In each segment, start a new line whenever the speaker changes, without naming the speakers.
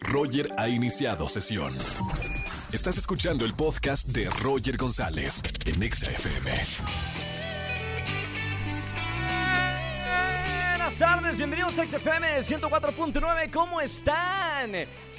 Roger ha iniciado sesión. Estás escuchando el podcast de Roger González en EXA-FM.
Buenas tardes, bienvenidos a XFM 104.9, ¿cómo están?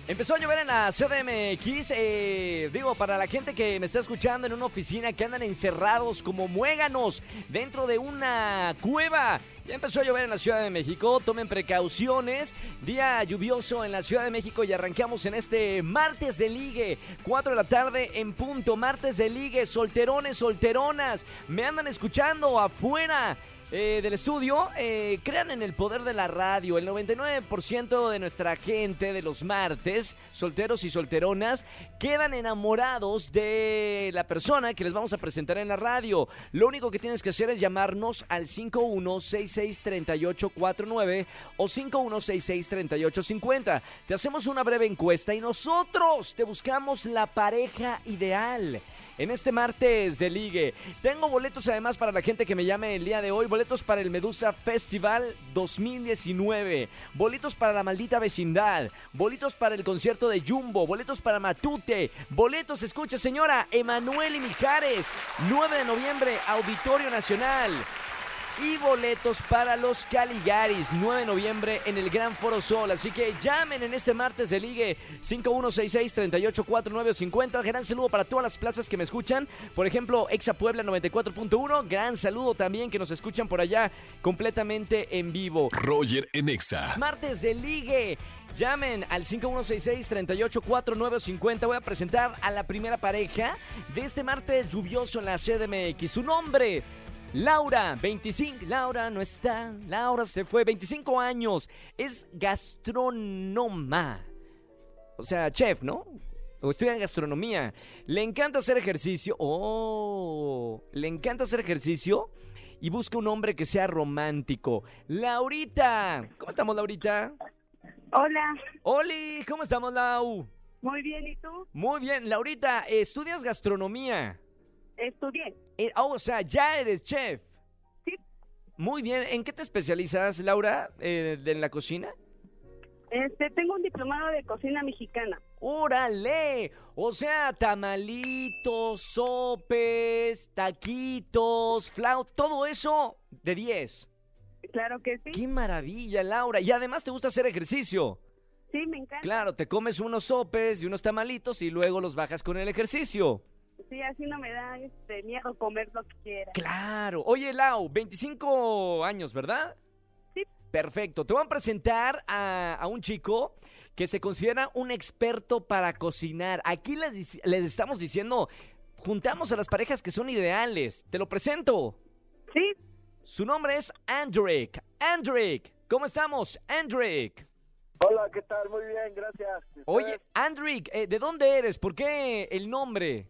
Empezó a llover en la CDMX, eh, digo, para la gente que me está escuchando en una oficina que andan encerrados como muéganos dentro de una cueva. Ya empezó a llover en la Ciudad de México, tomen precauciones. Día lluvioso en la Ciudad de México y arrancamos en este martes de ligue, 4 de la tarde en punto, martes de ligue, solterones, solteronas, me andan escuchando afuera eh, del estudio, eh, crean en el poder de la radio. El 99% de nuestra gente de los martes, solteros y solteronas, quedan enamorados de la persona que les vamos a presentar en la radio. Lo único que tienes que hacer es llamarnos al 51663849 o 51663850. Te hacemos una breve encuesta y nosotros te buscamos la pareja ideal en este martes de ligue. Tengo boletos además para la gente que me llame el día de hoy, boletos para el Medusa Festival 2019, boletos para la maldita vecindad, boletos para el concierto de Jumbo, boletos para Matute, boletos, escucha señora, Emanuel y Mijares, 9 de noviembre, Auditorio Nacional. Y boletos para los Caligaris, 9 de noviembre en el Gran Foro Sol. Así que llamen en este martes de Ligue 5166-384950. Gran saludo para todas las plazas que me escuchan. Por ejemplo, Exa Puebla 94.1. Gran saludo también que nos escuchan por allá completamente en vivo.
Roger en EXA.
Martes de Ligue. Llamen al 5166-384950. Voy a presentar a la primera pareja de este martes lluvioso en la CDMX. Su nombre, Laura, 25. Laura no está. Laura se fue. 25 años. Es gastrónoma. O sea, chef, ¿no? O estudia gastronomía. Le encanta hacer ejercicio. Oh, le encanta hacer ejercicio. Y busca un hombre que sea romántico. Laurita. ¿Cómo estamos, Laurita?
Hola,
Oli, ¿cómo estamos, Lau?
muy bien, ¿y tú?
Muy bien, Laurita, estudias gastronomía.
Estudié.
Eh, ah, o sea, ya eres chef.
Sí.
Muy bien. ¿En qué te especializas, Laura? Eh, ¿En la cocina?
Este, tengo un diplomado de cocina mexicana.
¡Órale! O sea, tamalitos, sopes, taquitos, flau, todo eso de 10.
Claro que sí.
¡Qué maravilla, Laura! Y además te gusta hacer ejercicio.
Sí, me encanta.
Claro, te comes unos sopes y unos tamalitos y luego los bajas con el ejercicio.
Sí, así no me da este miedo comer lo que quiera.
Claro. Oye, Lau, 25 años, ¿verdad?
Sí.
Perfecto. Te voy a presentar a, a un chico que se considera un experto para cocinar. Aquí les, dic- les estamos diciendo, juntamos a las parejas que son ideales. Te lo presento.
Sí,
Su nombre es Andrick. Andrick, ¿cómo estamos? Andrick.
Hola, ¿qué tal? Muy bien, gracias. ¿Y
Oye,
ustedes?
Andrick, eh, ¿de dónde eres? ¿Por qué el nombre?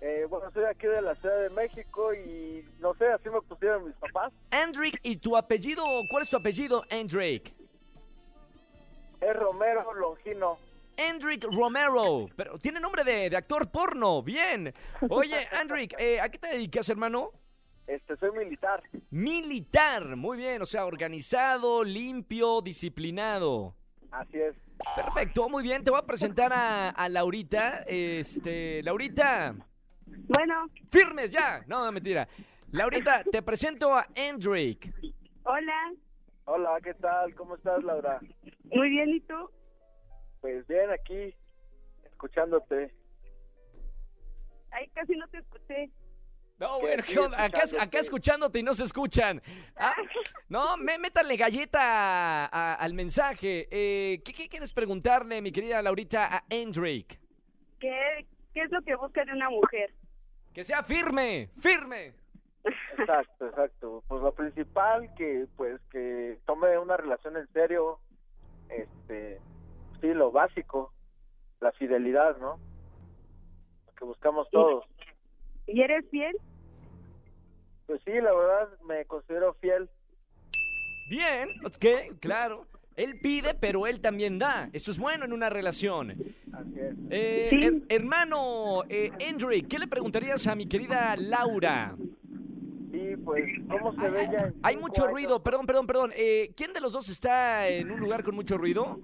Eh, bueno, soy aquí de la Ciudad de México y no sé, así me pusieron mis papás.
Andrick, ¿y tu apellido? ¿Cuál es tu apellido, Andrick?
Es Romero Longino.
Andrick Romero. Pero tiene nombre de, de actor porno. Bien. Oye, Andrick, eh, ¿a qué te dedicas, hermano?
Este, soy militar.
Militar. Muy bien. O sea, organizado, limpio, disciplinado.
Así es.
Perfecto, muy bien. Te voy a presentar a, a Laurita. Este, Laurita,
bueno,
firmes ya. No, no, mentira. Laurita, te presento a Andrick.
hola,
Hola, ¿qué tal? ¿Cómo estás, Laura?
muy bien, ¿y tú?
Pues bien, aquí, escuchándote.
Ay, casi no te escuché.
No,
Que
bueno,
sigue
¿qué onda? Acá,
escuchándote.
acá escuchándote y no se escuchan. Ah, no, me, métale galleta a- a- al mensaje. Eh, ¿qué, qué quieres preguntarle, mi querida Laurita, a Hendrick?
¿Qué, qué es lo que busca de una mujer?
Que sea firme, firme.
Exacto, exacto. Pues lo principal, que pues que tome una relación en serio. Este, sí, lo básico. La fidelidad, ¿no? Lo que buscamos todos.
¿Y eres fiel?
Pues sí, la verdad, me considero fiel.
Bien, ok, claro. Él pide, pero él también da. Eso es bueno en una relación.
Así es.
Eh,
Sí.
her- hermano, eh, Hendrick, ¿qué le preguntarías a mi querida Laura?
Sí, pues, ¿cómo se ve ya? en
Hay
cinco
mucho
años?
ruido, perdón, perdón, perdón. Eh, ¿Quién de los dos está en un lugar con mucho ruido?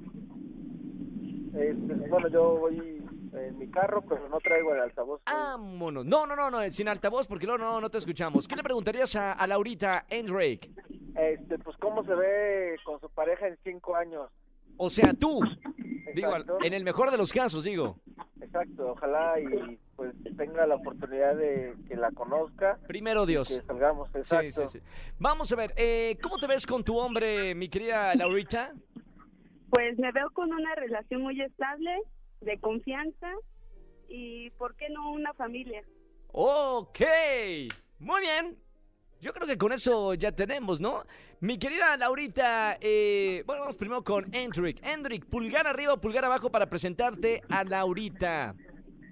Este, bueno, yo voy en mi carro, pero no traigo el altavoz.
Ah. Vámonos. No, no, no, no, sin altavoz porque no, no, no te escuchamos. ¿Qué le preguntarías a, a Laurita Endrake?
Este, pues cómo se ve con su pareja en cinco años.
O sea, tú. Digo, al-
Exacto.
en el mejor de los casos, digo.
Exacto, ojalá y pues tenga la oportunidad de que la conozca,
Primero Dios.
que salgamos.
Sí,
Exacto.
sí, sí. Vamos a ver, eh, ¿cómo te ves con tu hombre, mi querida Laurita?
Pues me veo con una relación muy estable, de confianza y, ¿por qué no, una familia?
Ok, muy bien. Yo creo que con eso ya tenemos, ¿no? Mi querida Laurita, eh, bueno, vamos primero con Endrick. Endrick, pulgar arriba o pulgar abajo para presentarte a Laurita.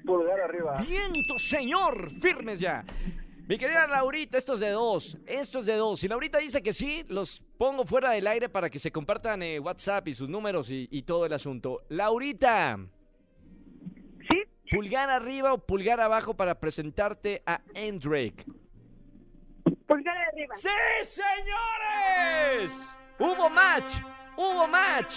Pulgar arriba.
¡Viento, señor! ¡Firmes ya! Mi querida Laurita, esto es de dos. Esto es de dos. Si Laurita dice que sí, los pongo fuera del aire para que se compartan eh, WhatsApp y sus números y, y todo el asunto. Laurita,
Sí,
pulgar arriba o pulgar abajo para presentarte a Endrake.
pulgar arriba.
¡Sí, señores! Hubo match, hubo match.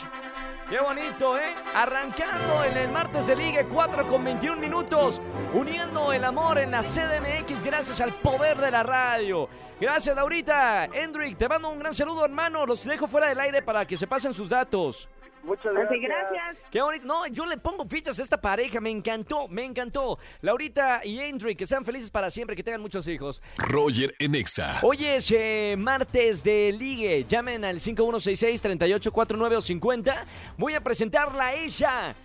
Qué bonito, ¿eh? Arrancando en el martes de Ligue 4 con 21 minutos, uniendo el amor en la CDMX gracias al poder de la radio. Gracias, Laurita. Hendrik, te mando un gran saludo, hermano. Los dejo fuera del aire para que se pasen sus datos.
Muchas
Así,
gracias.
gracias.
Qué bonito. No, yo le pongo fichas a esta pareja. Me encantó, me encantó. Laurita y Hendrik, que sean felices para siempre, que tengan muchos hijos.
Roger en Exa.
Hoy es eh, martes de ligue. Llamen al 5166-3849 o 50. Voy a presentarla a ella.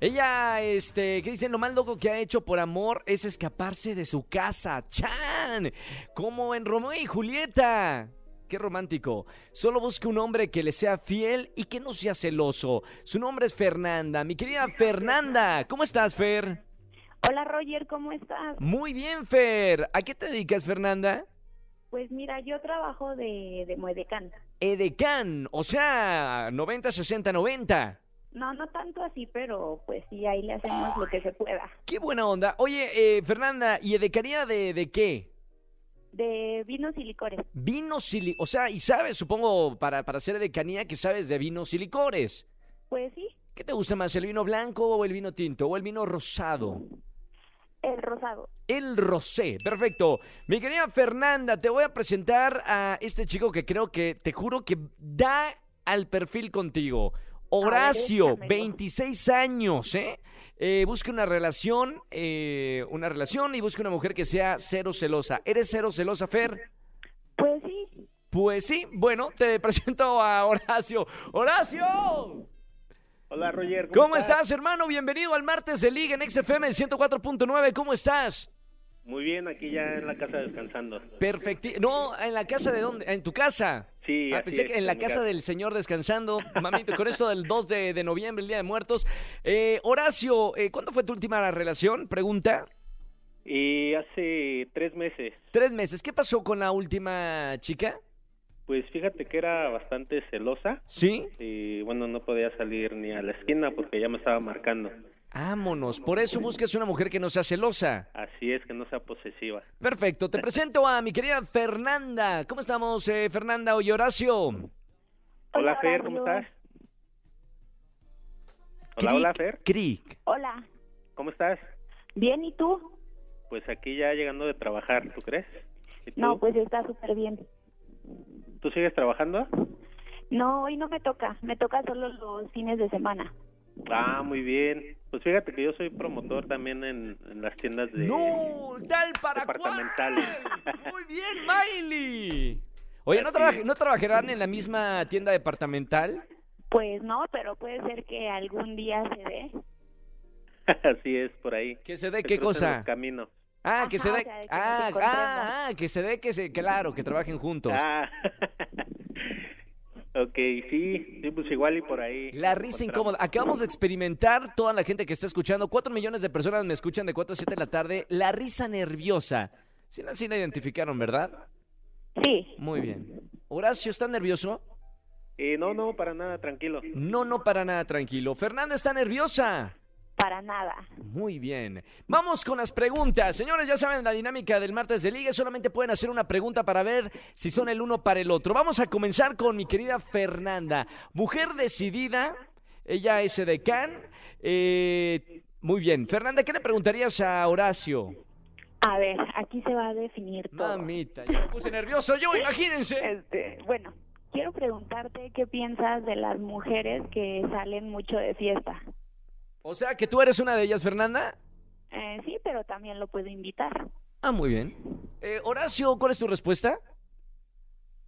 Ella, este, ¿qué dicen? Lo más loco que ha hecho por amor es escaparse de su casa. ¡Chan! Como en Romeo y Julieta. Qué romántico. Solo busca un hombre que le sea fiel y que no sea celoso. Su nombre es Fernanda. Mi querida Fernanda, ¿cómo estás, Fer?
Hola Roger, ¿cómo estás?
Muy bien, Fer. ¿A qué te dedicas, Fernanda?
Pues mira, yo trabajo de, de muedecán.
Edecán, o sea, 90, 60, 90.
No, no tanto así, pero pues sí, ahí le hacemos lo que se pueda.
Qué buena onda. Oye, eh, Fernanda, ¿y edecanía de, de qué?
De vinos y licores.
Vinos y... li- O sea, y sabes, supongo, para, para hacer edecanía, que sabes de vinos y licores.
Pues sí,
¿Qué te gusta más, el vino blanco o el vino tinto o el vino rosado?
el rosado.
El rosé, perfecto. Mi querida Fernanda, te voy a presentar a este chico que creo que, te juro que da al perfil contigo. Horacio,
échamelo.
26 años, ¿eh? Eh, busca una relación, eh, una relación y busca una mujer que sea cero celosa. ¿Eres cero celosa, Fer?
Pues sí,
Pues sí, bueno, te presento a Horacio. ¡Horacio!
Hola Roger,
¿Cómo estás, hermano? Bienvenido al martes de Liga en XFM 104.9. ¿Cómo estás?
Muy bien, aquí ya en la casa descansando.
Perfecti. No, ¿en la casa de dónde? ¿En tu casa?
Sí,
Ah,
así
pensé
es,
que en la
mi
casa del señor descansando. Mamito, con esto del 2 de, de noviembre, el Día de Muertos. Eh, Horacio, eh, ¿cuándo fue tu última relación? Pregunta.
Y hace tres meses,
Tres meses. ¿Qué pasó con la última chica?
pues fíjate que era bastante celosa
Sí.
y bueno, no podía salir ni a la esquina porque ya me estaba marcando.
Vámonos. Por eso buscas una mujer que no sea celosa.
Así es que no sea posesiva.
Perfecto. Te presento a mi querida Fernanda. ¿Cómo estamos, eh, Fernanda? Oye, Horacio.
Hola,
Hola,
Fer, ¿cómo
Roger.
estás? Hola, hola Fer,
Cric.
hola.
¿cómo estás?
¿Bien y tú?
Pues aquí ya llegando de trabajar, ¿tú crees? ¿Y tú?
No, pues está súper bien.
¿Tú sigues trabajando?
No, hoy no me toca, me toca solo los fines de semana.
Ah, muy bien. Pues fíjate que yo soy promotor también en, en las tiendas de...
¡No! ¡Tal para cual!
Departamentales.
¡Muy bien, Miley! Oye, ¿no,
Así
trabaje-
es.
¿no trabajarán en la misma tienda departamental?
Pues no, pero puede ser que algún día se dé.
Así es, por ahí.
Que se dé
Se
qué
cruzan
cosa.
los caminos.
Ah, que se
Ajá,
dé.
o sea, de que nos
Ah,
encontremos.
ah, ah, que se dé que se. Claro, que trabajen juntos.
Ah. ok, sí, sí, pues igual y por ahí.
La
nos
risa
encontramos.
incómoda. Acabamos de experimentar toda la gente que está escuchando. Cuatro millones de personas me escuchan de 4 a 7 de la tarde. La risa nerviosa. Sí la, sí la identificaron, ¿verdad?
Sí,
Muy bien. Horacio, ¿está nervioso?
Eh, no, no, para nada, tranquilo.
No, no, para nada, tranquilo. Fernanda está nerviosa.
para nada.
Muy bien. Vamos con las preguntas. Señores, ya saben la dinámica del martes de liga. Solamente pueden hacer una pregunta para ver si son el uno para el otro. Vamos a comenzar con mi querida Fernanda. Mujer decidida. Ella es edecán. Eh, muy bien. Fernanda, ¿qué le preguntarías a Horacio?
A ver, aquí se va a definir todo.
Mamita, ya me puse nervioso yo, imagínense.
Este, bueno, quiero preguntarte qué piensas de las mujeres que salen mucho de fiesta.
O sea, que tú eres una de ellas, Fernanda.
Eh, sí, pero también lo puedo invitar.
Ah, muy bien. Eh, Horacio, ¿cuál es tu respuesta?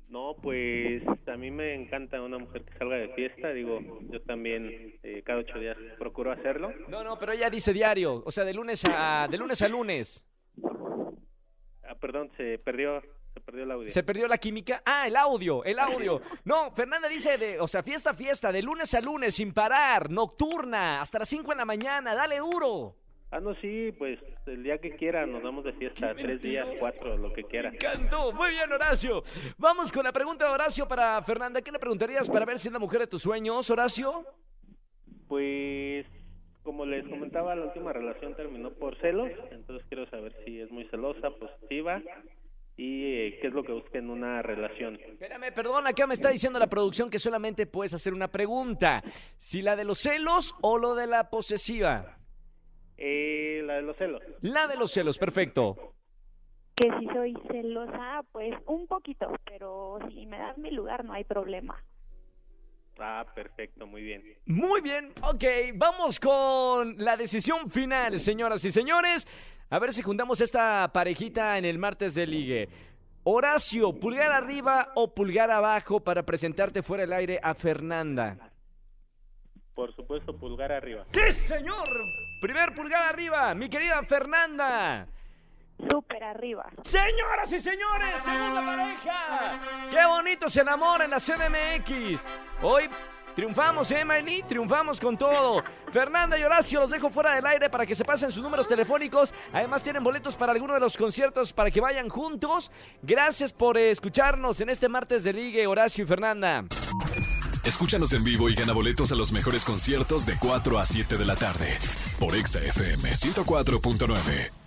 No, pues a mí me encanta una mujer que salga de fiesta, digo, yo también eh, cada ocho días procuro hacerlo.
No, no, pero ella dice diario, o sea, de lunes a de lunes a lunes.
Ah, perdón, se perdió, se perdió el audio.
Se perdió la química. Ah, el audio, el audio. No, Fernanda dice, de, o sea, fiesta, fiesta, de lunes a lunes, sin parar, nocturna, hasta las 5 de la mañana, dale duro.
Ah, no, sí, pues el día que quiera nos vamos de fiesta, tres días, cuatro, lo que quiera.
Me encantó. Muy bien, Horacio. Vamos con la pregunta de Horacio para Fernanda. ¿Qué le preguntarías para ver si es la mujer de tus sueños, Horacio?
Pues como les comentaba, la última relación terminó por celos, entonces quiero saber si es muy celosa, positiva y eh, qué es lo que busca en una relación.
Espérame, perdón, acá me está diciendo la producción que solamente puedes hacer una pregunta. Si la de los celos o lo de la posesiva.
Eh, la de los celos.
La de los celos, perfecto.
Que si soy celosa, pues un poquito, pero si me das mi lugar no hay problema.
Ah, perfecto, muy bien.
Muy bien, ok, vamos con la decisión final, señoras y señores. A ver si juntamos esta parejita en el martes de ligue. Horacio, pulgar arriba o pulgar abajo para presentarte fuera del aire a Fernanda.
Por supuesto, pulgar arriba.
¡Sí, señor! Primer pulgar arriba, mi querida Fernanda.
Súper arriba.
Señoras y señores, segunda pareja. Qué bonito se enamora en la CDMX. Hoy triunfamos, ¿eh, Miley? Triunfamos con todo. Fernanda y Horacio los dejo fuera del aire para que se pasen sus números telefónicos. Además, tienen boletos para alguno de los conciertos para que vayan juntos. Gracias por eh, escucharnos en este martes de Ligue, Horacio y Fernanda.
Escúchanos en vivo y gana boletos a los mejores conciertos de 4 a 7 de la tarde por Exa FM 104.9.